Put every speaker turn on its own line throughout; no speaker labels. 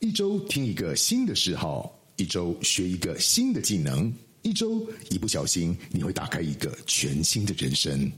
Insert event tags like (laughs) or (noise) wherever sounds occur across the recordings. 一周听一个新的嗜好，一周学一个新的技能，一周一不小心你会打开一个全新的人生。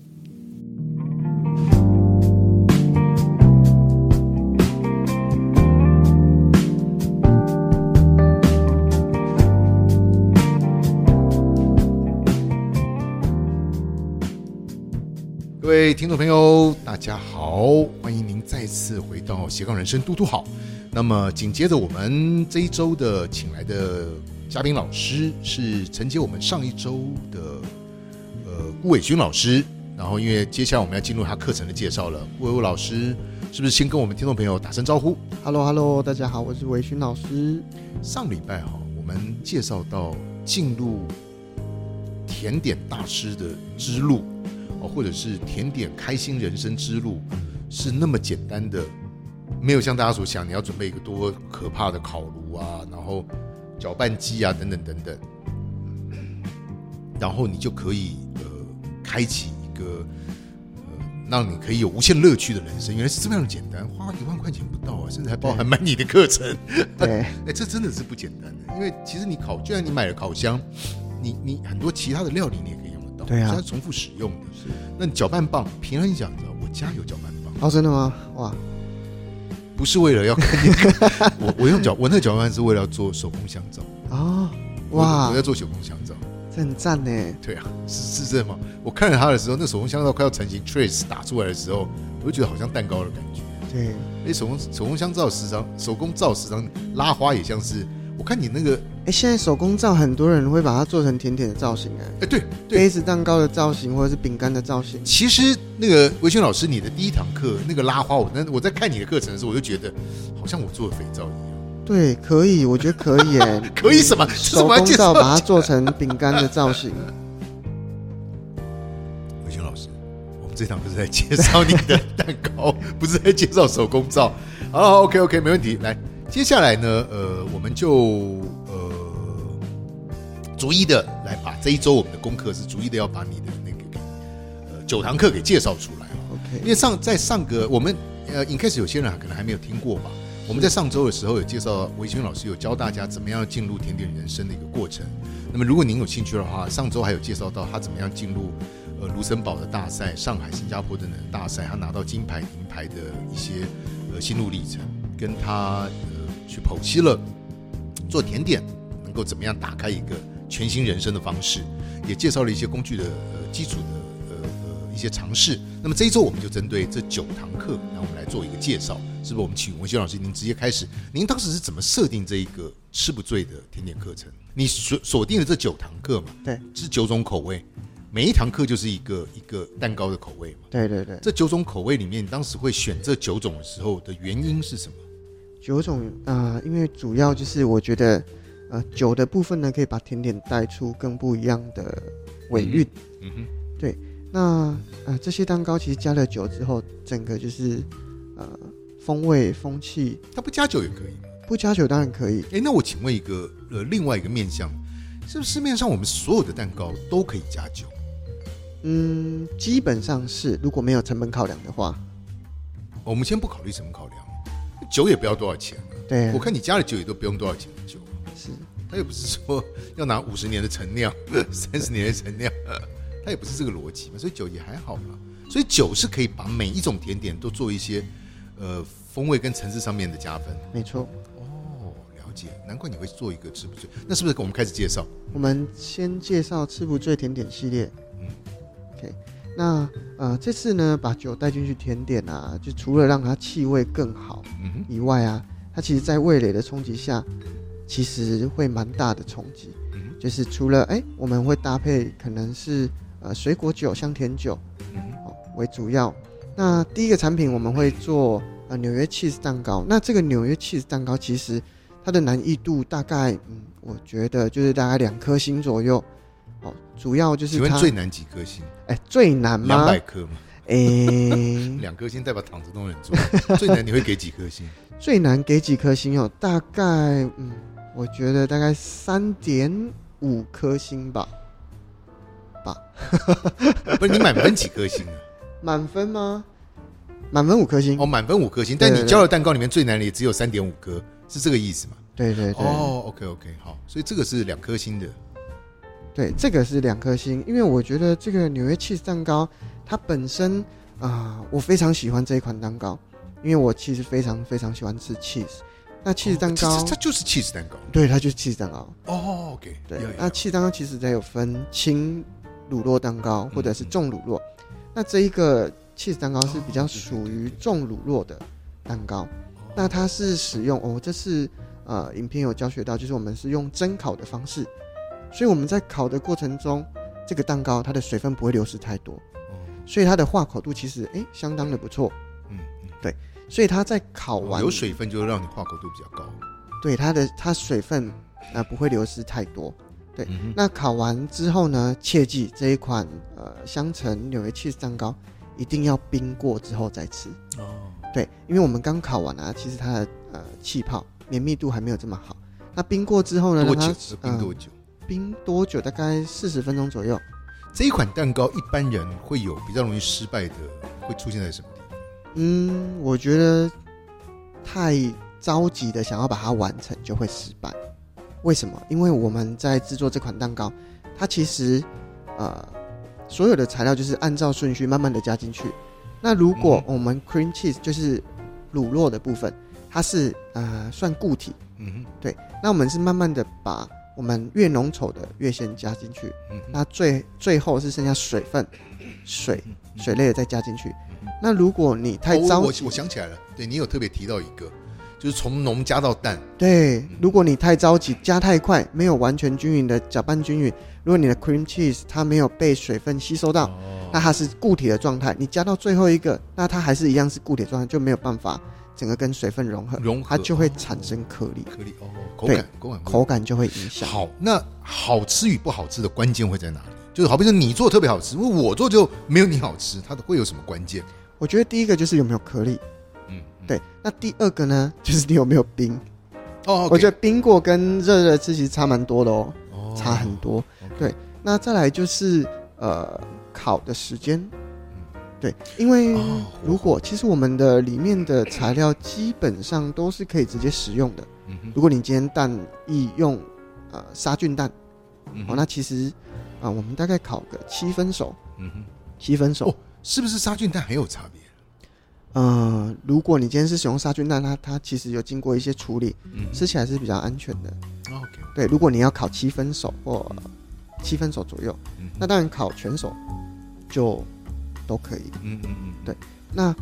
各位听众朋友，大家好，欢迎您再次回到斜杠人生嘟嘟好。那么紧接着我们这一周的请来的嘉宾老师是承接我们上一周的呃顾伟军老师，然后因为接下来我们要进入他课程的介绍了，顾伟老师是不是先跟我们听众朋友打声招呼？
h e l l o h e l l o 大家好，我是维勋老师。
上礼拜哈、我们介绍到进入甜点大师的之路，哦，或者是甜点开心人生之路，哦是那么简单的，没有像大家所想，你要准备一个多可怕的烤炉啊，然后搅拌机啊，等等等等，然后你就可以呃，开启一个。呃让你可以有无限乐趣的人生，原来是这么样的简单，花一万块钱不到啊，甚至还包含买你的课程。
对，
哎，这真的是不简单的，因为其实你烤，就算你买了烤箱，你你很多其他的料理你也可以用得到，
对啊
它是重复使用的。那你搅拌棒，平常你讲的，我家有搅拌棒，
哦，真的吗？哇，
不是为了要
(laughs)
看你，我我用搅我那个搅拌棒是为了要做手工香皂，
哦，
我
哇
我，要做手工香皂，
这很赞呢。
对啊，是是这样吗？我看着它的时候，那手工香皂快要成型 trace 打出来的时候，我就觉得好像蛋糕的感觉。
对，
哎，手工手工香皂时常，手工皂时常拉花也像是，我看你那个，
哎，现在手工皂很多人会把它做成甜点的造型，哎，
哎，对对，
杯子、蛋糕的造型，或者是饼干的造型。
其实那个维轩老师，你的第一堂课那个拉花，我那我在看你的课程的时候，我就觉得好像我做的肥皂一样，
对，可以，我觉得可以，哎，
可以什么？ (laughs) 这
手
怎么
工
介绍？
皂把它做成饼干的
(laughs)
造型。
维轩老师，我们这堂课是在介绍你的蛋糕，不是在介绍手工皂。好了，OK OK，没问题。来，接下来呢，呃，我们就呃逐一的来把这一周我们的功课是逐一的要把你的那个给呃九堂课给介绍出来。因
OK，
为上在上个我们呃，in case 有些人可能还没有听过吧。我们在上周的时候有介绍，维军老师有教大家怎么样进入甜点人生的一个过程。那么如果您有兴趣的话，上周还有介绍到他怎么样进入呃卢森堡的大赛、上海、新加坡等等的大赛，他拿到金牌、银牌的一些呃心路历程，跟他呃去剖析了做甜点能够怎么样打开一个全新人生的方式，也介绍了一些工具的呃基础的呃呃一些尝试。那么这一周我们就针对这九堂课，那我们来做一个介绍，是不是？我们请文轩老师您直接开始，您当时是怎么设定这一个吃不醉的甜点课程？你锁锁定了这九堂课嘛？
对，
是九种口味，每一堂课就是一个一个蛋糕的口味嘛？
对对对，
这九种口味里面，你当时会选这九种的时候的原因是什么？
九种啊、呃因为主要就是我觉得，呃，酒的部分呢，可以把甜点带出更不一样的尾韵。
嗯哼，
那呃，这些蛋糕其实加了酒之后，整个就是呃风味风气，
它不加酒也可以嘛。
不加酒当然可以。
哎，那我请问一个呃，另外一个面向，是不是市面上我们所有的蛋糕都可以加酒？
嗯，基本上是如果没有成本考量的话，
我们先不考虑什么考量，酒也不要多少钱、啊，
对
我，看你加了酒也都不用多少钱的酒，
是
它也不是说要拿五十年的陈酿、 (laughs) 三十年的陈酿，它也不是这个逻辑嘛，所以酒也还好啦。所以酒是可以把每一种甜点都做一些呃风味跟层次上面的加分。
没错。
哦，了解，难怪你会做一个吃不醉，那是不是我们开始介绍？
我们先介绍吃不醉甜点系列。
嗯
嗯，OK。那呃，这次呢，把酒带进去甜点啊，就除了让它气味更好
嗯哼。
以外啊，它其实在味蕾的冲击下，其实会蛮大的冲击。
嗯
就是除了哎、我们会搭配可能是呃水果酒、香甜酒
嗯
哦为主要。那第一个产品我们会做呃纽约 cheese 蛋糕。那这个纽约 cheese 蛋糕其实它的难易度大概嗯，我觉得就是大概两颗星左右。哦，主要就是
请问
它
最难几颗星？
哎、最难
两
吗？
百
哎、
颗嘛，两颗星代表躺着都能做。 (laughs) 最难你会给几颗星？
最难给几颗星哦？大概嗯，我觉得大概三点五颗星吧。
不是你满分几颗星
(laughs)
啊？
满分吗？满分五颗星。
哦，满分五颗星，但
对
你
对
教的蛋糕里面最难的也只有三点五颗，是这个意思吗？
对对对，
哦，OK OK，好，所以这个是两颗星的，
对，这个是两颗星，因为我觉得这个纽约 cheese 蛋糕它本身啊、我非常喜欢这一款蛋糕，因为我其实非常非常喜欢吃 cheese。那 cheese 蛋糕，
哦这这这就是 cheese 蛋糕。
对，它就是 cheese 蛋糕。
哦，OK，
对
呀，
那
呀
气蛋糕其实它有分轻乳酪蛋糕或者是
嗯嗯
重乳酪，那这一个 cheese 蛋糕是比较属于重乳酪的蛋糕，
哦
那它是使用哦，这是呃影片有教学到，就是我们是用蒸烤的方式，所以我们在烤的过程中，这个蛋糕它的水分不会流失太多，
哦
所以它的化口度其实诶相当的不错，
嗯，嗯
所以它在烤完
哦有水分就会让你化口度比较高。
对它的它水分啊、呃不会流失太多，
嗯哼
那烤完之后呢，切记这一款呃香橙纽约 cheese 蛋糕一定要冰过之后再吃。
哦，
对，因为我们刚烤完啊，其实它的呃气泡绵密度还没有这么好。那冰过之后呢，
多
让
久
它
是冰多久？
冰多久？大概四十分钟左右。
这一款蛋糕一般人会有比较容易失败的，会出现在什么地方？
嗯，我觉得太着急的想要把它完成就会失败。为什么？因为我们在制作这款蛋糕，它其实呃所有的材料就是按照顺序慢慢的加进去。那如果嗯我们 cream cheese 就是乳酪的部分，它是呃算固体，
嗯
那我们是慢慢的把我们越浓稠的越先加进去，
哼，嗯哼，
那最最后是剩下水分，水
嗯
水类的再加进去
嗯。
那如果你太
哦
着
我
急，
我想起来了，对你有特别提到一个，就是从浓加到淡，
对，如果你太着急、加太快，没有完全均匀的搅拌均匀，如果你的 cream cheese 它没有被水分吸收到，
哦
那它是固体的状态，你加到最后一个，那它还是一样是固体的状态，就没有办法整个跟水分融合，
融合
它就会产生颗粒，
颗粒哦，口感口感
口感就会影响。
好。那好吃与不好吃的关键会在哪里？就是好比说你做特别好吃，因为我做就没有你好吃，它会有什么关键？
我觉得第一个就是有没有颗粒，
嗯，嗯
对，那第二个呢，就是你有没有冰。
哦，
我觉
得
得冰过跟热热吃其实差蛮多的哦，差很多。
OK
对，那再来就是呃烤的时间，
嗯
对，因为
哦
如果其实我们的里面的材料基本上都是可以直接食用的。
嗯哼
如果你今天蛋液用呃杀菌蛋，
嗯
哦，
哼
那其实啊、呃我们大概烤个七分熟，
嗯哼，
七分熟
哦。是不是杀菌蛋很有差别？
嗯、如果你今天是使用杀菌蛋，它它其实有经过一些处理，
嗯
吃起来是比较安全的。
哦，OK，
对，如果你要烤七分熟或七分熟左右，
嗯哼
那当然烤全熟就都可以。
嗯嗯嗯，
对那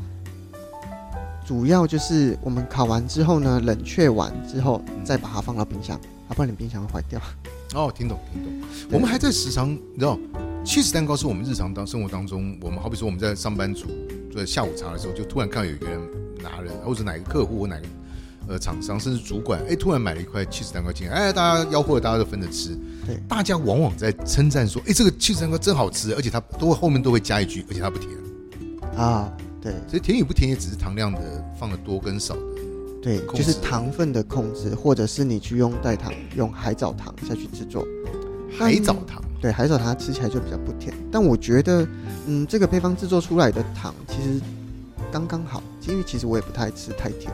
主要就是我们烤完之后呢，冷却完之后再把它放到冰箱，啊，不然你冰箱会坏掉。
哦，听懂听懂。
对
我们还在时常，你知道，cheese 蛋糕是我们日常当生活当中，我们好比说我们在上班族在下午茶的时候，就突然看到有一个人拿人，或者哪个客户或哪个呃厂商，甚至主管，哎，突然买了一块 cheese 蛋糕进来，哎，大家吆喝，大家都分着吃。
对
大家往往在称赞说，哎，这个 cheese 蛋糕真好吃，而且它都会后面都会加一句，而且它不甜。
啊，对
所以甜与不甜也只是糖量的放的多跟少
嗯
的。
对，
控
就是
制
糖分的控制，或者是你去用代糖，用海藻糖下去制作。
海藻糖，
对，海藻它吃起来就比较不甜，但我觉得，嗯，这个配方制作出来的糖其实刚刚好，因为其实我也不太吃太甜。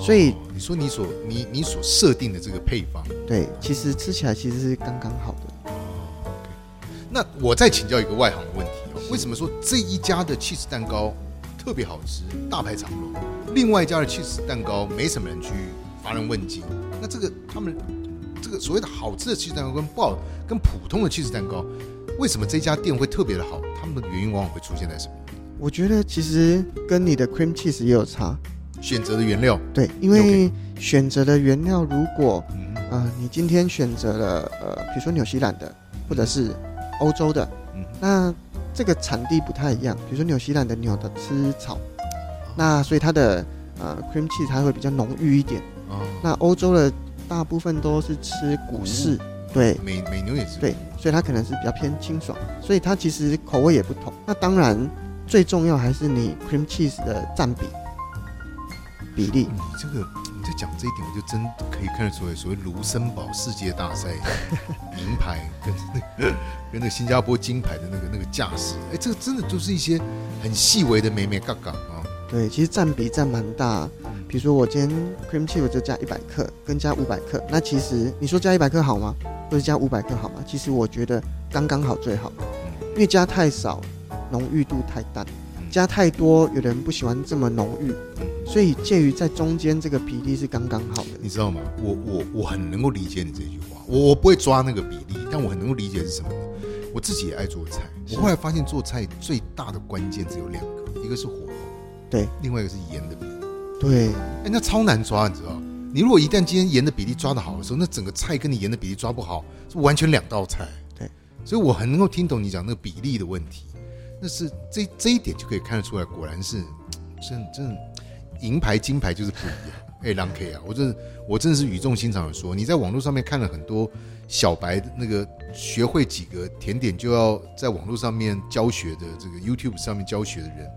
所以
哦你说你所你你所设定的这个配方。
对，其实吃起来其实是刚刚好的。
那我再请教一个外行的问题哦，
是
为什么说这一家的 cheese 蛋糕特别好吃，大排长龙，另外一家的 cheese 蛋糕没什么人去乏人问津？那这个他们这个所谓的好吃的 cheese 蛋糕跟不好跟普通的 cheese 蛋糕，为什么这家店会特别的好？他们的原因往往会出现在什么？
我觉得其实跟你的 cream cheese 也有差，
选择的原料，
对，因为选择的原料，如果
嗯
呃你今天选择了呃比如说纽西兰的或者是欧洲的，
嗯
那这个产地不太一样，比如说纽西兰的牛的吃草，那所以它的呃 cream cheese 它会比较浓郁一点，
哦，
那欧洲的大部分都是吃谷饲，对，
美美牛也是，
对，所以它可能是比较偏清爽，所以它其实口味也不同。那当然，最重要还是你 cream cheese 的占比比例。
你这个你在讲这一点，我就真可以看得出来，所谓卢森堡世界大赛 (laughs) 银牌跟那个跟那个新加坡金牌的那个那个架势，哎，这个真的就是一些很细微的美美嘎嘎啊。
对，其实占比占蛮大。比如说我今天 cream cheese 我就加一百克，跟加五百克，那其实你说加一百克好吗？或者加五百克好吗？其实我觉得刚刚好最好，因为加太少浓郁度太淡，加太多有人不喜欢这么浓郁，所以介于在中间这个比例是刚刚好
嗯你
的。
知道吗？我我我很能够理解你这句话，我我不会抓那个比例，但我很能够理解是什么呢？我自己也爱做菜，
是
我后来发现做菜最大的关键只有两个，一个是火候，
对，
另外一个是盐的比例。
对，
哎，那超难抓，你知道？你如果一旦今天盐的比例抓得好的时候，那整个菜跟你盐的比例抓不好，是完全两道菜。
对，
所以我很能够听懂你讲那个比例的问题，那是这这一点就可以看得出来，果然是真真银牌金牌就是不一样。哎，狼 K 啊，我真的我真的是语重心长的说，你在网络上面看了很多小白那个学会几个甜点就要在网络上面教学的这个 YouTube 上面教学的人，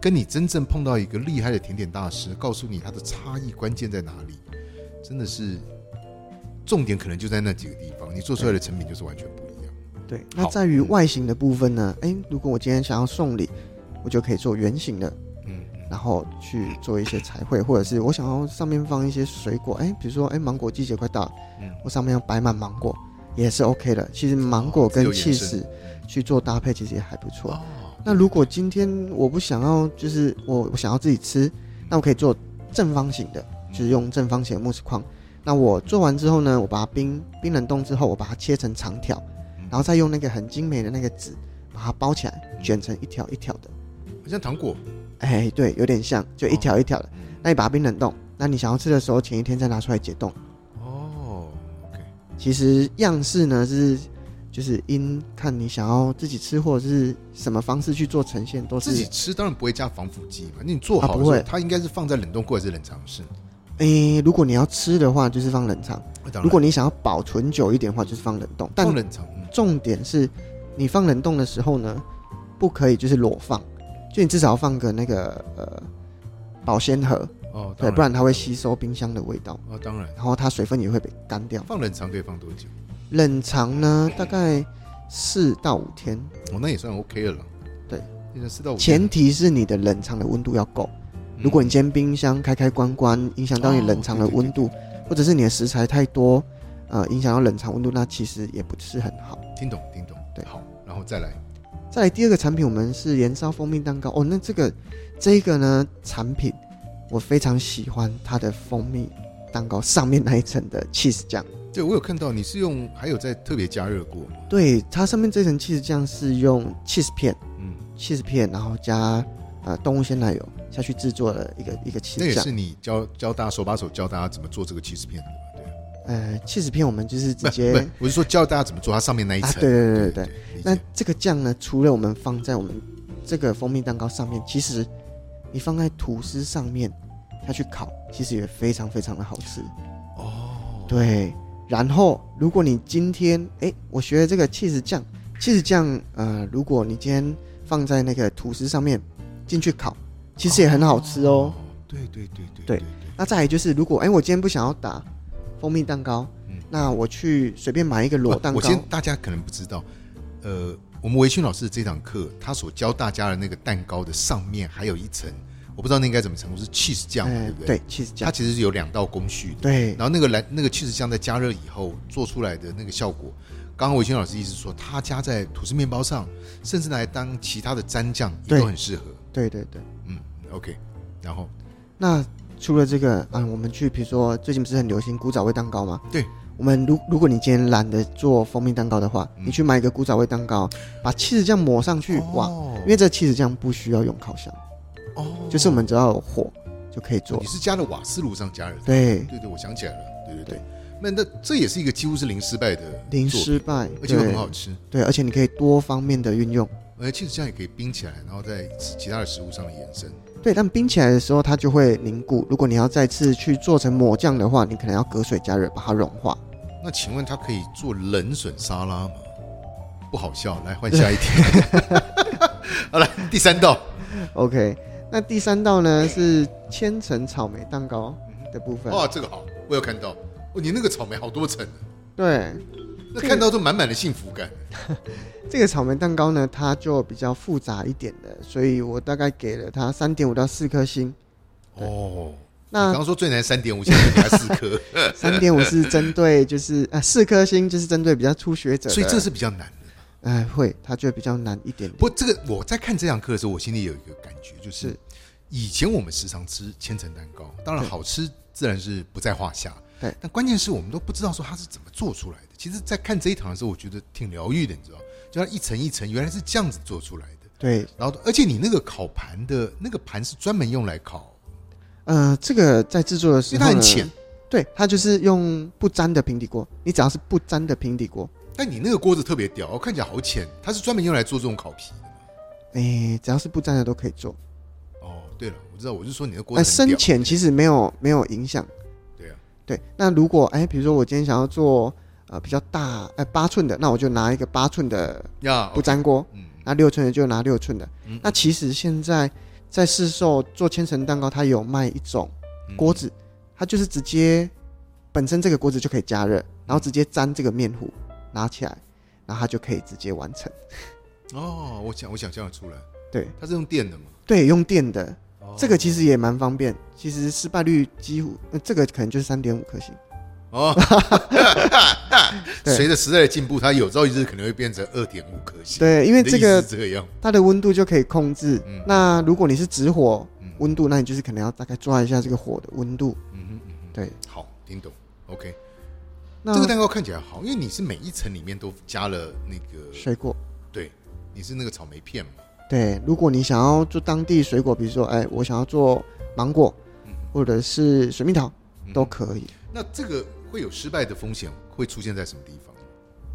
跟你真正碰到一个厉害的甜点大师，告诉你它的差异关键在哪里，真的是重点可能就在那几个地方，你做出来的成品就是完全不一样。
对，那
好
在于
嗯
外形的部分呢？诶，如果我今天想要送礼，我就可以做圆形的，
嗯，
然后去做一些彩绘，或者是我想要上面放一些水果，诶，比如说诶，芒果季节快到了，
嗯哦
我上面要摆满芒果也是 OK 的。其实芒果跟
自由延
cheese
伸
去做搭配，其实也还不错。
哦，
那如果今天我不想要，就是我我想要自己吃，那我可以做正方形的，就是用正方形的慕斯框。那我做完之后呢，我把它冰冰冷冻之后，我把它切成长条，然后再用那个很精美的那个纸把它包起来，卷成一条一条的。
很像糖果，
哎，对，有点像，就一条一条的。那你把它冰冷冻，那你想要吃的时候，前一天再拿出来解冻。
哦，OK，
其实样式呢是，就是因看你想要自己吃或者是什么方式去做呈现，都是
自己吃当然不会加防腐剂，反正你做
啊
好的时
不
候
会
它应该是放在冷冻库还是冷藏室？
诶、如果你要吃的话，就是放冷藏；
当然
如果你想要保存久一点的话，就是放冷冻。
哦
但
放冷藏，嗯
重点是，你放冷冻的时候呢，不可以就是裸放，就你至少要放个那个呃保鲜盒，
哦，
对，
当
不然它会吸收冰箱的味道，
哦，当然，
然后它水分也会被干掉。
放冷藏可以放多久？
冷藏呢，大概四到五天，
哦，那也算 OK 了啦。
对，
变成四到五天。
前提是你的冷藏的温度要够。
嗯
如果你今天冰箱开开关关，影响到你冷藏的温
哦
度，或者是你的食材太多，呃，影响到冷藏温度，那其实也不是很好。
听懂听懂，
对
好，然后再来，
再来第二个产品，我们是盐烧蜂蜜蛋糕。哦，那这个这个呢产品，我非常喜欢它的蜂蜜蛋糕上面那一层的 cheese 酱。
对我有看到你是用，还有在特别加热过吗，
对，它上面这层 cheese 酱是用 cheese 片、
嗯，
cheese 片，然后加呃动物鲜奶油下去制作的一个一个
那
cheese
也
酱
是。你教教大家手把手教大家怎么做这个 cheese 片的嘛，对啊，
呃，cheese 片我们就是直
不
接
不，我是说教大家怎么做它上面那一
啊
层，，
对对对对对
对。理
那
解
这个酱呢，除了我们放在我们这个蜂蜜蛋糕上面，其实你放在吐司上面，它去烤，其实也非常非常的好吃。
哦，
对，然后如果你今天哎，我学了这个 cheese 酱，cheese 酱呃，如果你今天放在那个吐司上面进去烤，其实也很好吃哦。
对对对对
对那再来就是，如果哎，我今天不想要打蜂蜜蛋糕，
嗯
那我去随便买一个裸
不
蛋
我
糕
先，大家可能不知道，呃，我们维勋老师这堂课他所教大家的那个蛋糕的上面还有一层，我不知道那应该怎么称呼，是 cheese 酱嘛，
哎
对不对？
对 cheese
它
酱，
其实是有两道工序的。
对
然后那个来那个 cheese 酱在加热以后做出来的那个效果，刚刚维轩老师意思说，它加在吐司面包上，甚至拿来当其他的蘸酱也
对
都很适合。
对对对。
嗯，OK。然后
那除了这个啊、我们去比如说最近不是很流行古早味蛋糕吗？
对，
我们如如果你今天懒得做蜂蜜蛋糕的话，
嗯
你去买一个古早味蛋糕，把气质酱抹上去，哇，
哦
因为这气质酱不需要用烤箱，
哦
就是我们只要有火就可以做
你。是加了瓦斯炉上加热的，
对，
对对，我想起来了，对对对
对。
那那这也是一个几乎是零失败的
零
作品
失败，
而且又
对
很好吃。
对，而且你可以多方面的运用。
而且 cheese 酱也可以冰起来，然后在其他的食物上的延伸。
对，但冰起来的时候它就会凝固。如果你要再次去做成抹酱的话，你可能要隔水加热把它融化。
那请问它可以做冷笋沙拉吗？不好笑，来换下一题。 (laughs) 好了，第三道
OK，那第三道呢是千层草莓蛋糕
嗯
的部分。
哦哇，这个好，我有看到。哦，你那个草莓好多层，啊
对，
那
这个
看到都满满的幸福感。
这个草莓蛋糕呢，它就比较复杂一点的，所以我大概给了它三点五到四颗星。
哦，你
那
刚刚说最难三点五，现在给他四
(laughs)
颗，
三点五是针对就是啊四颗星就是针对比较初学者的，
所以这是比较难的。
哎会它就比较难一点点。
不过这个我在看这堂课的时候，我心里有一个感觉，就是
是
以前我们时常吃千层蛋糕，当然
对
好吃自然是不在话下。
对
但关键是我们都不知道说它是怎么做出来的。其实，在看这一堂的时候，我觉得挺疗愈的，你知道，就它一层一层，原来是这样子做出来的。
对，
然后，而且你那个烤盘的那个盘是专门用来烤，
呃，这个在制作的
因为
时
它
候
很
呢，
浅。
对，它就是用不粘的平底锅，你只要是不粘的平底锅，
但你那个锅子特别屌，我看起来好浅，它是专门用来做这种烤皮的。
哎，只要是不粘的都可以做。
哦，对了，我知道，我就说你的锅
呃，
子很
深
屌。
浅其实没有没有影响。
对啊，
对，那如果哎，比如说我今天想要做呃比较大哎八寸的，那我就拿一个八寸的
呀，
不粘锅，
嗯，嗯
那六寸的就拿六寸的。
嗯
那其实现在在市售做千层蛋糕，它有卖一种
嗯
锅子，它就是直接本身这个锅子就可以加热，然后直接沾这个面糊，拿起来，然后它就可以直接完成。
哦，我想我想象得出来，
对
它是用电的嘛？
对，用电的，
哦
这个其实也蛮方便。其实失败率几乎，呃、这个可能就是三点五颗星。
哦，
对
随着时代的进步，它有朝一日可能会变成二点五颗星。
对，因为
你的
这
意思
个
是这样，
它的温度就可以控制。
嗯
那如果你是直火
嗯
温度，那你就是可能要大概抓一下这个火的温度。
嗯哼嗯
对，
哼，好，听懂，OK。
那
这个蛋糕看起来好，因为你是每一层里面都加了那个，
水果。
对，你是那个草莓片嘛？
对，如果你想要做当地水果，比如说，哎，我想要做芒果，
嗯
或者是水蜜桃，都可以。
那这个会有失败的风险，会出现在什么地方？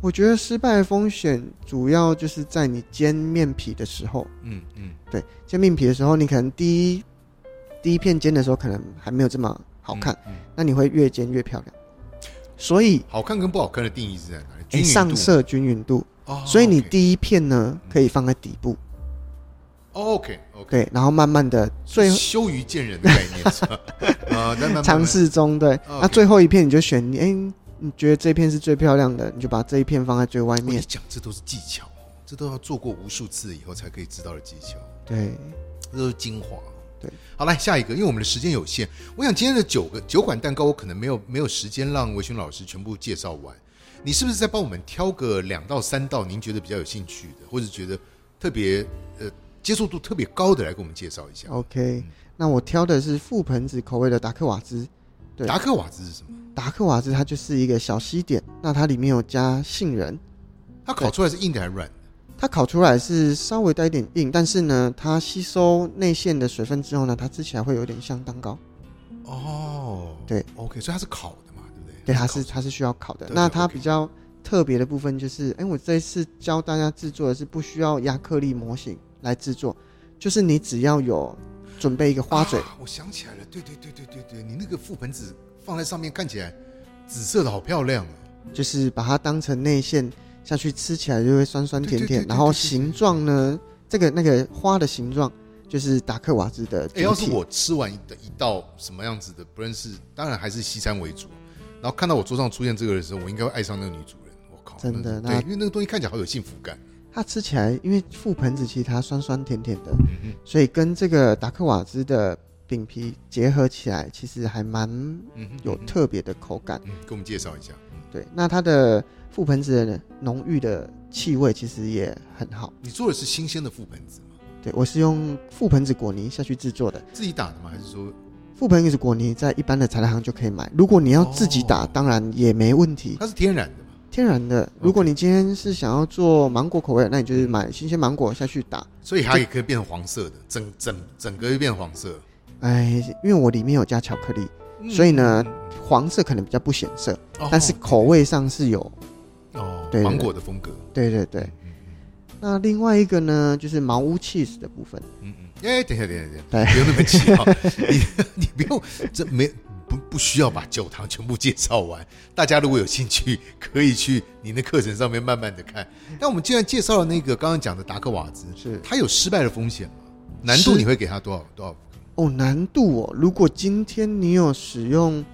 我觉得失败的风险主要就是在你煎面皮的时候。
嗯嗯，
对，煎面皮的时候，你可能第一第一片煎的时候，可能还没有这么好看，
嗯，嗯
那你会越煎越漂亮。所以，
好看跟不好看的定义是在哪里？
哎，
均匀
上
度
色均匀度，
哦
所以你
OK
第一片呢可以放在底部，
OK OK，
对，然后慢慢的最
哦羞于见人的概念
(laughs)
是吧？啊，那慢慢慢
尝试中，对，
哦 OK
那最后一片你就选你，哎、你觉得这片是最漂亮的，你就把这一片放在最外
我跟你
面，
讲，这都是技巧哦，这都要做过无数次以后才可以知道的技巧，
对，
这都是精华。
对，
好，来下一个，因为我们的时间有限，我想今天的九个酒馆蛋糕，我可能没有没有时间让维勋老师全部介绍完。你是不是再帮我们挑个两到三道您觉得比较有兴趣的，或者觉得特别呃接受度特别高的来给我们介绍一下？
，OK，那
嗯
我挑的是覆盆子口味的达克瓦兹，对
达克瓦兹是什么？
达克瓦兹它就是一个小西点，那它里面有加杏仁，
它烤出来是硬的还是软的？
它烤出来是稍微带一点硬，但是呢，它吸收内馅的水分之后呢，它吃起来会有点像蛋糕，
哦，
对
，OK，所以它是烤的嘛，对不对？
对，它
它烤
是
出
它是需要烤的
对。
那
对
它
OK
比较特别的部分就是，哎、我这一次教大家制作的是不需要亚克力模型来制作，就是你只要有准备一个花嘴，
啊我想起来了，对对对对对对，你那个覆盆子放在上面看起来紫色的好漂亮啊，
就是把它当成内馅下去吃起来就会酸酸甜
对对对
甜
对，
然后
对对
形状呢，这个那个花的形状就是达克瓦兹的主
哎，
体。
要是我吃完的一道什么样子的，不认识，当然还是西餐为主。然后看到我桌上出现这个的时候，我应该会爱上那个女主人。我靠，
真
那
的
对
那，
因为那个东西看起来好有幸福感。
它吃起来，因为覆盆子其实它酸酸甜甜的，
嗯
所以跟这个达克瓦兹的饼皮结合起来，其实还蛮
嗯哼
有
嗯哼
特别的口感。
嗯，给我们介绍一下。嗯
对，那它的覆盆子的浓郁的气味其实也很好。
你做的是新鲜的覆盆子吗？
对我是用覆盆子果泥下去制作的，
自己打的吗？还是说
覆盆子果泥在一般的材料行就可以买。如果你要自己打，
哦
当然也没问题，
它是天然的吗？
天然的。如果你今天是想要做芒果口味，那你就是买新鲜芒果下去打。
所以它也可以变成黄色的，整整整个就变黄色。
哎，因为我里面有加巧克力，
嗯
所以呢
嗯嗯
黄色可能比较不显色，
哦
但是口味上是有。
哦，
对对
芒果的风格。
对对
嗯
对。那另外一个呢，就是茅屋 cheese 的部分。
嗯嗯，哎，等一下，等一下，等
对
一下，不用那么急啊！ (laughs) 你你不用，这没不不需要把九堂全部介绍完。大家如果有兴趣，可以去你的课程上面慢慢的看。那我们既然介绍了那个刚刚讲的达克瓦兹，
是
它有失败的风险吗？难度
是
你会给它多少多少？
哦，难度哦。如果今天你有使用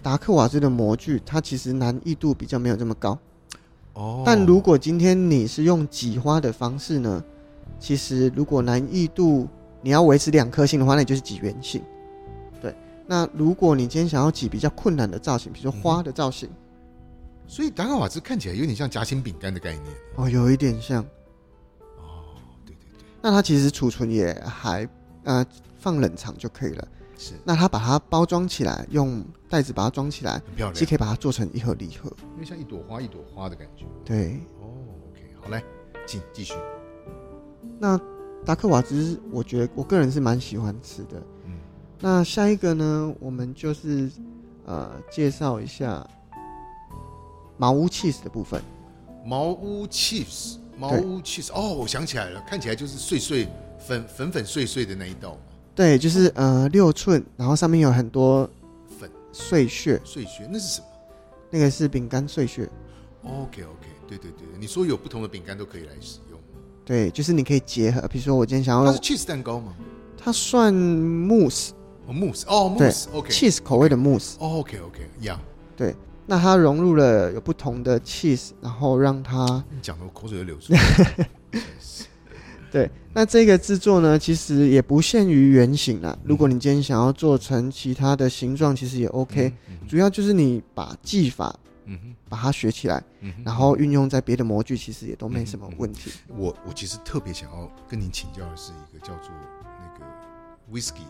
达克瓦兹的模具，它其实难易度比较没有这么高。
哦
但如果今天你是用挤花的方式呢，其实如果难易度你要维持两颗星的话，那你就是挤圆形。对，那如果你今天想要挤比较困难的造型，比如说花的造型，
所以达卡瓦兹看起来有点像夹心饼干的概念。
哦，有一点像。
哦，对对对，
那它其实储存也还呃放冷藏就可以了。
是
那它把它包装起来，用袋子把它装起来，
很漂亮，
是可以把它做成一盒礼盒。
因为像一朵花一朵花的感觉。
对，
哦，OK，好，来，请继续。
那达克瓦兹，我觉得我个人是蛮喜欢吃的。
嗯，
那下一个呢，我们就是呃介绍一下茅屋 cheese 的部分。
茅屋 chips，茅屋 chips，哦，我想起来了，看起来就是碎碎粉粉粉碎碎的那一道嘛
对，就是呃六寸，然后上面有很多
粉
碎屑，
碎屑，那是什么
那个是饼干碎屑。
？OK OK，对对对，你说有不同的饼干都可以来使用，
对，就是你可以结合，比如说我今天想要
它
用
是 cheese 蛋糕吗？
它算 mousse
哦，mousse，哦
对
，mousse，OK，
cheese 口味的 mousse，
哦，OK OK，呀，
那它融入了有不同的 cheese，然后让它
你讲的我口水都流出来了。
对，那这个制作呢，其实也不限于圆形啦。如果你今天想要做成其他的形状，其实也 OK、
嗯哼
主要就是你把技法
嗯哼，
把它学起来，
嗯哼，嗯
然后运用在别的模具，其实也都没什么问题。
我我其实特别想要跟您请教的是一个叫做那个 whisky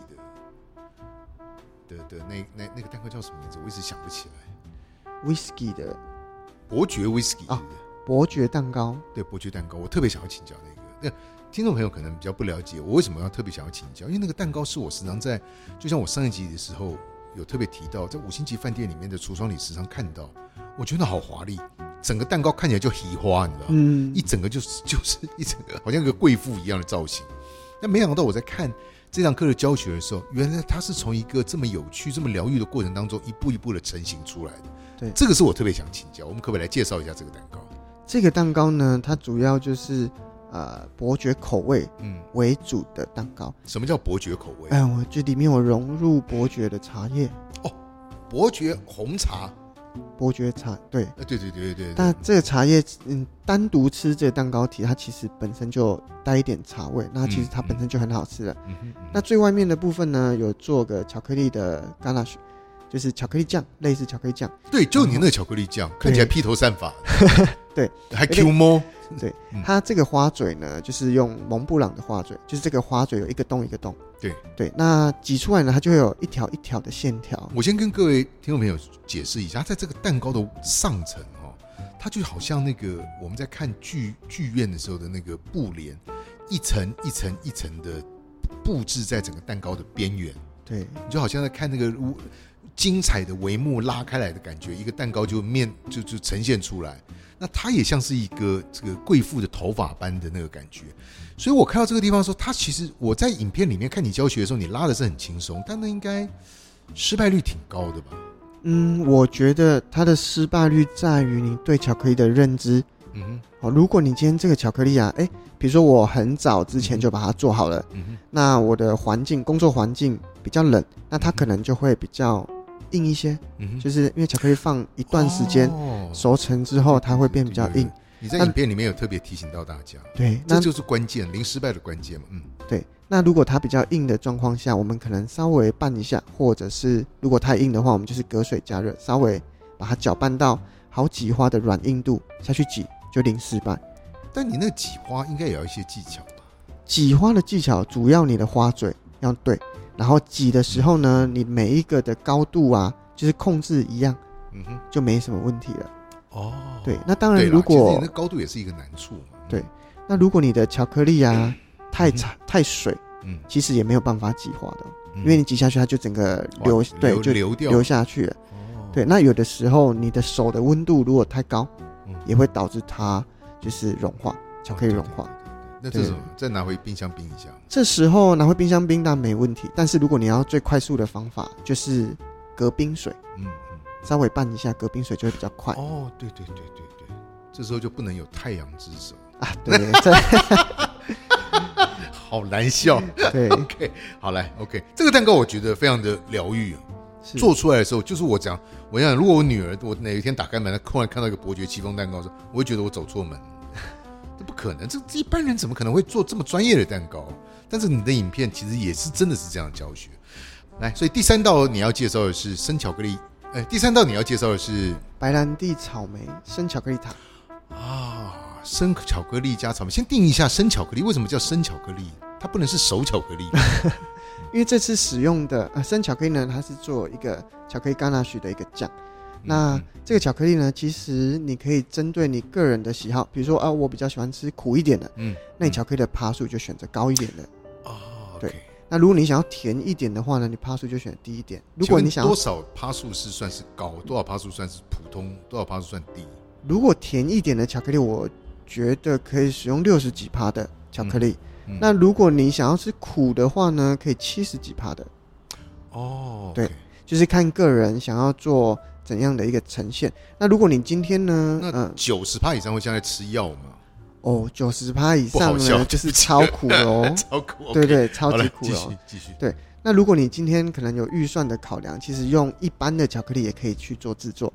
的的的那那那个蛋糕叫什么名字？我一直想不起来。
Whisky 的
伯爵 whisky
啊伯爵蛋糕，
对伯爵蛋糕，我特别想要请教那个。那听众朋友可能比较不了解，我为什么要特别想要请教，因为那个蛋糕是我时常在，就像我上一集的时候有特别提到，在五星级饭店里面的橱窗里时常看到，我觉得好华丽，整个蛋糕看起来就奇花，你知道吗？
嗯
一，整个就是就是一整个好像一个贵妇一样的造型。那没想到我在看这堂课的教学的时候，原来它是从一个这么有趣、这么疗愈的过程当中，一步一步的成型出来的。
对
这个是我特别想请教，我们可不可以来介绍一下这个蛋糕？
这个蛋糕呢，它主要就是呃伯爵口味
嗯，
为主的蛋糕。
什么叫伯爵口味？
哎，我这里面我融入伯爵的茶叶，
伯爵红茶。
伯爵茶对。
呃，对对对对对对。
但这个茶叶，嗯，单独吃这个蛋糕体，它其实本身就带一点茶味，那其实它本身就很好吃了。
嗯哼嗯
那最外面的部分呢，有做个巧克力的 ganache，就是巧克力酱，类似巧克力酱。
哼对，就你那个巧克力酱，看起来披头散发。
哦
(laughs)
对，
还 Q 摸。
对
嗯，
它这个花嘴呢，就是用蒙布朗的花嘴，就是这个花嘴有一个洞一个洞。
对
对，那挤出来呢，它就会有一条一条的线条。
我先跟各位听众朋友解释一下，它在这个蛋糕的上层哦，它就好像那个我们在看剧剧院的时候的那个布帘，一层一层一层的布置在整个蛋糕的边缘，
对，
你就好像在看那个如精彩的帷幕拉开来的感觉，一个蛋糕就面就就呈现出来。那它也像是一个这个贵妇的头发般的那个感觉，所以我看到这个地方的时候，它其实我在影片里面看你教学的时候，你拉的是很轻松，但那应该失败率挺高的吧？
嗯，我觉得它的失败率在于你对巧克力的认知。
嗯哼，
哦，如果你今天这个巧克力啊，哎，比如说我很早之前就把它做好了，
嗯哼，
那我的环境工作环境比较冷，那它可能就会比较硬一些，
嗯哼，
就是因为巧克力放一段时间、
哦
熟成之后，它会变比较硬。。
嗯你在
那
影片里面有特别提醒到大家，
对，
这
那
就是关键，零失败的关键嘛。嗯，
对，那如果它比较硬的状况下，我们可能稍微拌一下，或者是如果太硬的话，我们就是隔水加热，稍微把它搅拌到好挤花的软硬度下去挤，就零失败。
但你那挤花应该也要一些技巧吧？
挤花的技巧主要你的花嘴要对，然后挤的时候呢，你每一个的高度啊，就是控制一样，
嗯哼，
就没什么问题了。
哦，
对，那当然
对啦，
嗯如
其实
果
你那高度也是一个难处嘛。嗯
对那如果你的巧克力啊太茶太水，
嗯，
其实也没有办法挤花的，哦
嗯
因为你挤下去它就整个流
哇
对就
流掉
流下去了。
哦
对，那有的时候你的手的温度如果太高
嗯，
也会导致它就是融化，巧克力融化。。
那这种再拿回冰箱冰一下，
这时候拿回冰箱冰当然没问题，但是如果你要最快速的方法，就是隔冰水，
嗯嗯，
稍微拌一下，隔冰水就会比较快、
哦，对对对对对，这时候就不能有太阳之手，
啊。
(laughs)
对对
好难笑。 (laughs)
对对，
OK，好来，OK，这个蛋糕我觉得非常的疗愈啊，
是
做出来的时候，就是我讲，我想如果我女儿我哪一天打开门，她突然看到一个伯爵戚风蛋糕的时候，我会觉得我走错门， (laughs) 这不可能，这这一般人怎么可能会做这么专业的蛋糕？但是你的影片其实也是真的是这样教学。来，所以第三道你要介绍的是生巧克力，哎，第三道你要介绍的是
白兰地草莓生巧克力塔。
啊，生巧克力加草莓。先定义一下生巧克力，为什么叫生巧克力？它不能是熟巧克力。
因为这次使用的呃生巧克力呢，它是做一个巧克力甘纳许的一个酱。 (laughs)
嗯
那这个巧克力呢，其实你可以针对你个人的喜好，比如说啊，我比较喜欢吃苦一点的，
嗯，
那你巧克力的趴数就选择高一点的。
啊，
对
OK。
那如果你想要甜一点的话呢，你趴数就选低一点。如
如
果你想要
多少趴数是算是高，多少趴数算是普通，多少趴数算低？
如果甜一点的巧克力，我觉得可以使用六十几趴的巧克力。
嗯嗯
那如果你想要吃苦的话呢，可以七十几趴的，
哦，
对就是看个人想要做怎样的一个呈现。那如果你今天呢，嗯、
那九十趴以上会像在吃药吗？ (laughs)
哦，九十趴以
不
上
好笑。
呢，就是超苦的哦
超苦，
对
OK，
对，
(laughs)
超
好
级
了，
苦
继
的
续
哦。
继续。
那如果你今天可能有预算的考量，其实用一般的巧克力也可以去做制作。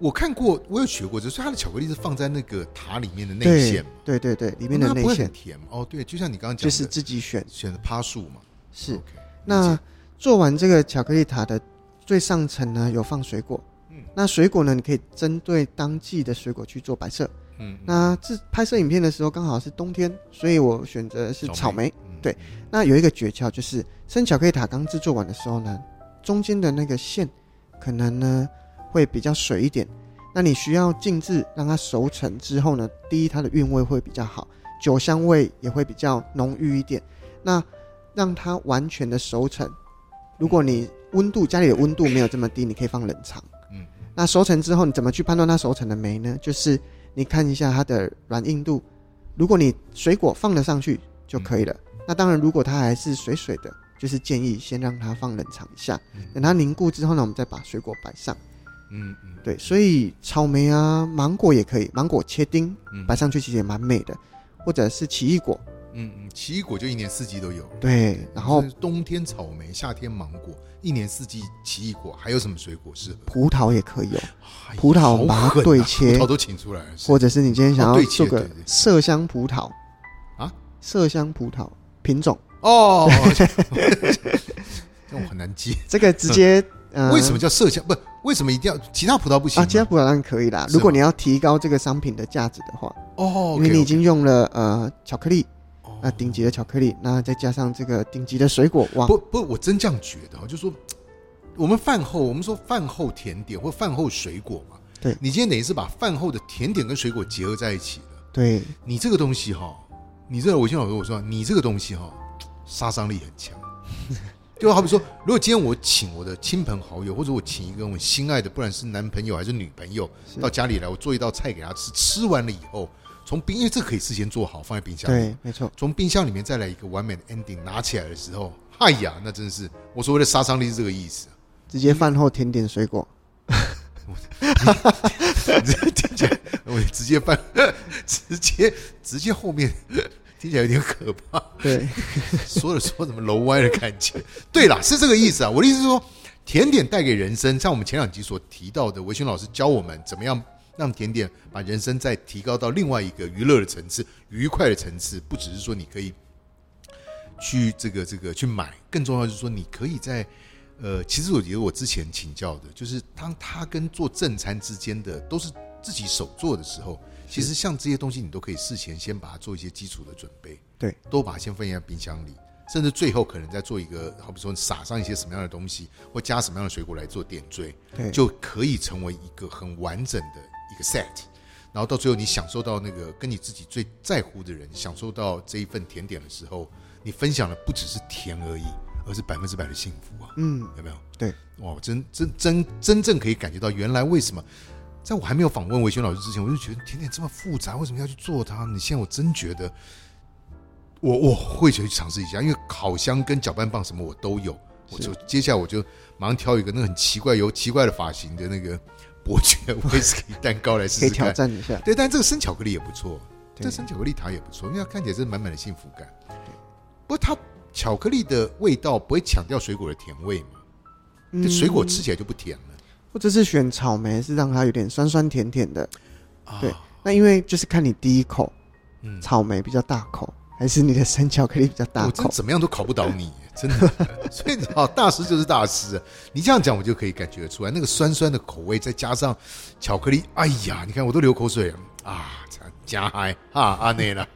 我看过，我有学过，就是它的巧克力是放在那个塔里面的内
对
馅哦嘛，
对对对，里
里
面的内馅
甜嘛哦，对，就像你刚刚讲
就
的，
是自己选。
选的趴数嘛。
是
OK，理
那
解
做完这个巧克力塔的最上层呢，有放水果。
嗯
那水果呢，你可以针对当季的水果去做摆设。
嗯
那这拍摄影片的时候刚好是冬天，所以我选择是草莓。，
嗯
对，那有一个诀窍就是，生巧克力塔刚制作完的时候呢，中间的那个馅可能呢会比较水一点，那你需要静置让它熟成之后呢，第一它的韵味会比较好，酒香味也会比较浓郁一点。那让它完全的熟成，如果你温度家里的温度没有这么低，你可以放冷藏。
嗯，
那熟成之后你怎么去判断它熟成了没呢？就是你看一下它的软硬度，如果你水果放得上去
嗯
就可以了。那当然，如果它还是水水的，就是建议先让它放冷藏一下，等它凝固之后呢，我们再把水果摆上。
嗯嗯
对，所以草莓啊、芒果也可以，芒果切丁
嗯，
摆上去其实也蛮美的，或者是奇异果，
嗯嗯，奇异果就一年四季都有。
对，然后
就是冬天草莓，夏天芒果，一年四季奇异果，还有什么水果适合？
葡萄也可以哦，
哎呀
葡萄
好
我们把它
狠啊
对切
(laughs) 葡萄都请出来了，是
或者是你今天想
哦
要
对切
做个
对对
麝香葡萄
啊，
麝香葡萄品种， (laughs)
哦， (laughs) 这种很难接。
这个直接呃，
嗯为什么叫麝香？不，为什么一定要其他葡萄不行
啊？
吗？
其他葡萄当然可以啦，
是
如果
吗
你要提高这个商品的价值的话，
哦，
因为你已经用了呃巧克力，
哦
那顶级的巧克力，那再加上这个顶级的水果，哇，
不不，我真这样觉得哦，就说我们饭后，我们说饭后甜点或饭后水果嘛。
对
你今天等于是把饭后的甜点跟水果结合在一起了。
对，
你这个东西哈，你这我先老师我说，你这个东西哈，杀伤力很强。 (laughs) 就好比说，如果今天我请我的亲朋好友，或者我请一个我心爱的，不管是男朋友还是女朋友，
是
到家里来，我做一道菜给他吃，吃完了以后，从冰，因为这可以事先做好，放在冰箱里。
对，没错，
从冰箱里面再来一个完美的 ending，拿起来的时候，哎呀，那真是我所谓的杀伤力是这个意思。 (laughs)
直接饭后甜点水果，
我直接翻，直接直接后面 (laughs) 听起来有点可怕， (laughs)
对，
说着说怎么楼歪的感觉。对啦，是这个意思啊。我的意思是说，甜点带给人生，像我们前两集所提到的，维勋老师教我们怎么样让甜点把人生再提高到另外一个娱乐的层次、愉快的层次，不只是说你可以去这个这个去买，更重要就是说你可以在。呃，其实我觉得我之前请教的，就是当它跟做正餐之间的都是自己手做的时候，其实像这些东西你都可以事前先把它做一些基础的准备，
对，
都把它先放在冰箱里，甚至最后可能再做一个，好比说撒上一些什么样的东西，或加什么样的水果来做点缀，
对，
就可以成为一个很完整的一个 set。然后到最后，你享受到那个跟你自己最在乎的人享受到这一份甜点的时候，你分享的不只是甜而已，而是百分之百的幸福啊！
嗯，
有没有？
对，
哇，我真真真真正可以感觉到，原来为什么在我还没有访问维轩老师之前，我就觉得甜点这么复杂，为什么要去做它呢？现在我真觉得，我我会去尝试一下，因为烤箱跟搅拌棒什么我都有，我就接下来我就马上挑一个那个很奇怪、有奇怪的发型的那个伯爵威士忌蛋糕来试
可以
试
挑
看。
战一下，
对，但这个生巧克力也不错，
对
这生巧克力塔也不错，因为它看起来是满满的幸福感。不过它巧克力的味道不会抢掉水果的甜味嘛？这
嗯
水果吃起来就不甜了。
或者是选草莓，是让它有点酸酸甜甜的，
啊
对，那因为就是看你第一口
嗯
草莓比较大口，还是你的生巧克力比较大
我真
口？
怎么样都考不倒你，真的。 (laughs) 所以啊，大师就是大师。啊你这样讲，我就可以感觉得出来，那个酸酸的口味，再加上巧克力，哎呀，你看我都流口水了啊！加嗨啊，阿内了。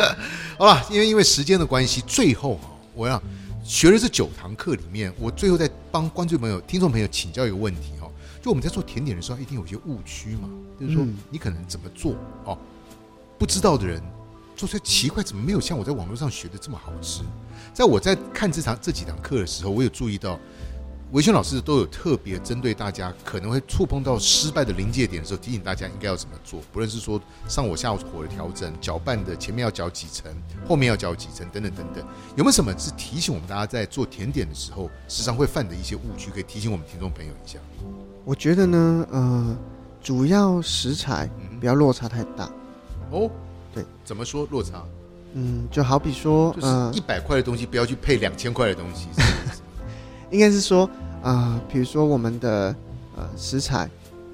(laughs) 好了，因为因为时间的关系，最后啊，我要学了这九堂课里面，我最后再帮观众朋友、听众朋友请教一个问题哦，就我们在做甜点的时候，一定有一些误区嘛，就是说
嗯
你可能怎么做哦，不知道的人做出来奇怪，怎么没有像我在网络上学的这么好吃？在我在看这堂这几堂课的时候，我有注意到。维轩老师都有特别针对大家可能会触碰到失败的临界点的时候，提醒大家应该要怎么做，不论是说上火下火的调整、搅拌的前面要搅几层，后面要搅几层等等等等，有没有什么是提醒我们大家在做甜点的时候时常会犯的一些误区，可以提醒我们听众朋友一下？
我觉得呢，
嗯
呃，主要食材不要落差太大。
哦，
对，
怎么说落差？
嗯，就好比说，
就是
呃
一，百块的东西不要去配两千块的东
(laughs)
西，是不是
应该是说，呃，比如说我们的呃食材，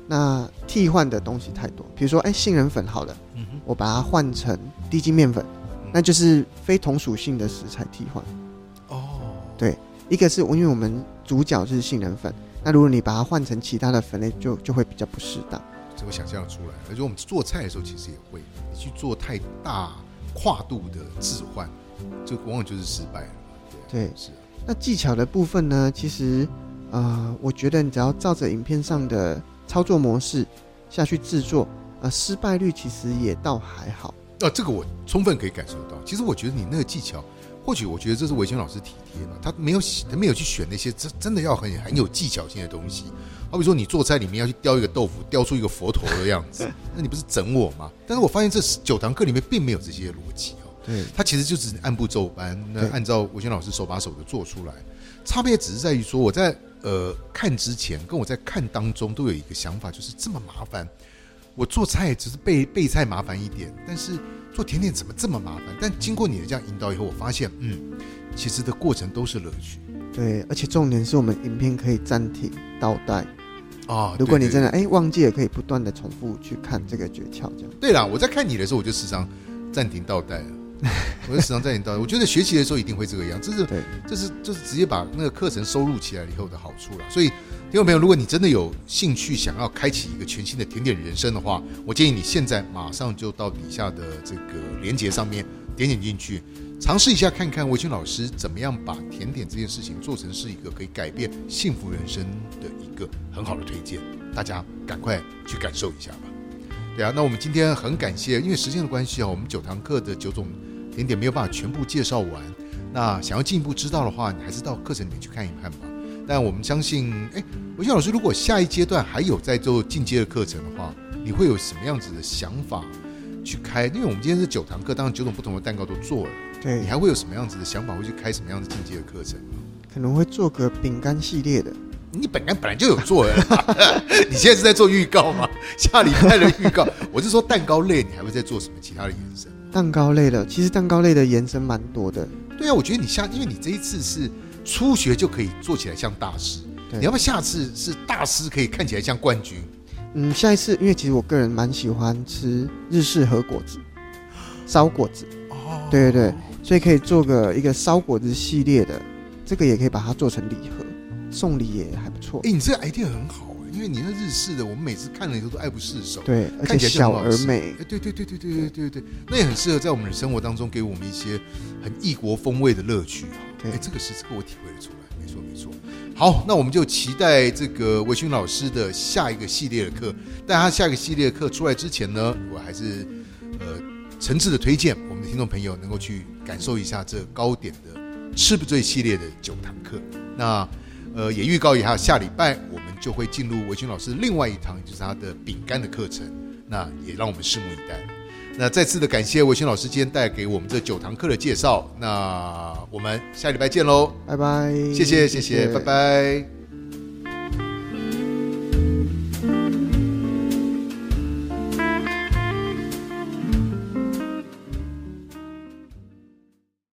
那替换的东西太多，比如说，哎、杏仁粉好了，
嗯哼嗯
我把它换成低筋面粉，那就是非同属性的食材替换。
哦，
一个是因为我们主角就是杏仁粉，那如果你把它换成其他的粉类就，就会比较不适当。
这我想象得出来。而且我们做菜的时候，其实也会你去做太大跨度的置换，就往往就是失败了嘛。对啊，
对
是啊
那技巧的部分呢，其实呃，我觉得你只要照着影片上的操作模式下去制作，呃，失败率其实也倒还好。
啊，这个我充分可以感受到。其实我觉得你那个技巧，或许我觉得这是维权老师体贴吧，他没有他没有去选那些真真的要很很有技巧性的东西。好比说你做菜里面要去雕一个豆腐，雕出一个佛头的样子，那你不是整我吗？但是我发现这九堂课里面并没有这些逻辑哦。
对，
他其实就只是按部就班，那
对
按照维权老师手把手的做出来。差别只是在于说，我在呃看之前，跟我在看当中都有一个想法，就是这么麻烦。我做菜只是备备菜麻烦一点，但是做甜点怎么这么麻烦？但经过你的这样引导以后，我发现，嗯，其实的过程都是乐趣
对，而且重点是我们影片可以暂停倒带，
啊。
如果
对
你
对
真的哎、忘记了，可以不断的重复去看这个诀窍，这样。
对啦，我在看你的时候，我就时常暂停倒带了。啊我就时常暂停倒带，我觉得学习的时候一定会这个样，这是
对
这是就是直接把那个课程收录起来以后的好处了。所以，听众朋友，如果你真的有兴趣想要开启一个全新的甜点人生的话，我建议你现在马上就到底下的这个连接上面点点进去，尝试一下看看维军老师怎么样把甜点这件事情做成是一个可以改变幸福人生的一个很好的推荐，大家赶快去感受一下吧。对啊，那我们今天很感谢，因为时间的关系啊，我们九堂课的九种甜点没有办法全部介绍完。那想要进一步知道的话，你还是到课程里面去看一看吧。但我们相信，哎，文轩老师，如果下一阶段还有在做进阶的课程的话，你会有什么样子的想法去开？因为我们今天是九堂课，当然九种不同的蛋糕都做了，
对
你，还会有什么样子的想法，会去开什么样的进阶的课程？
可能会做个饼干系列的。
你本来本来就有做了啦， (laughs) 你现在是在做预告吗？下礼拜的预告，我是说蛋糕类，你还会再做什么其他的延伸？
蛋糕类的，其实蛋糕类的延伸蛮多的。
对啊，我觉得你下，因为你这一次是初学就可以做起来像大师，
对
你要不要下次是大师可以看起来像冠军？
嗯，下一次，因为其实我个人蛮喜欢吃日式和果子、烧果子，
哦，
对对对，所以可以做个一个烧果子系列的，这个也可以把它做成礼盒，送礼也还不错。
哎，你这个 idea 很好哎，因为你那日式的，我们每次看了以后都爱不释手。
对，而且
看起来就很
小
好
而
吃
美，
哎，对对对对对对对对，那也很适合在我们的生活当中给我们一些很异国风味的乐趣啊。
对
哎，这个是这个我体会得出来，没错没错。好，那我们就期待这个维勋老师的下一个系列的课。但他下一个系列的课出来之前呢，我还是呃诚挚的推荐我们的听众朋友能够去感受一下这糕点的吃不醉系列的九堂课。那呃，也预告一下，下礼拜我们就会进入维军老师另外一堂，就是他的饼干的课程。那也让我们拭目以待。那再次的感谢维轩老师今天带给我们这九堂课的介绍。那我们下礼拜见喽，
拜拜。
谢谢谢谢，拜拜。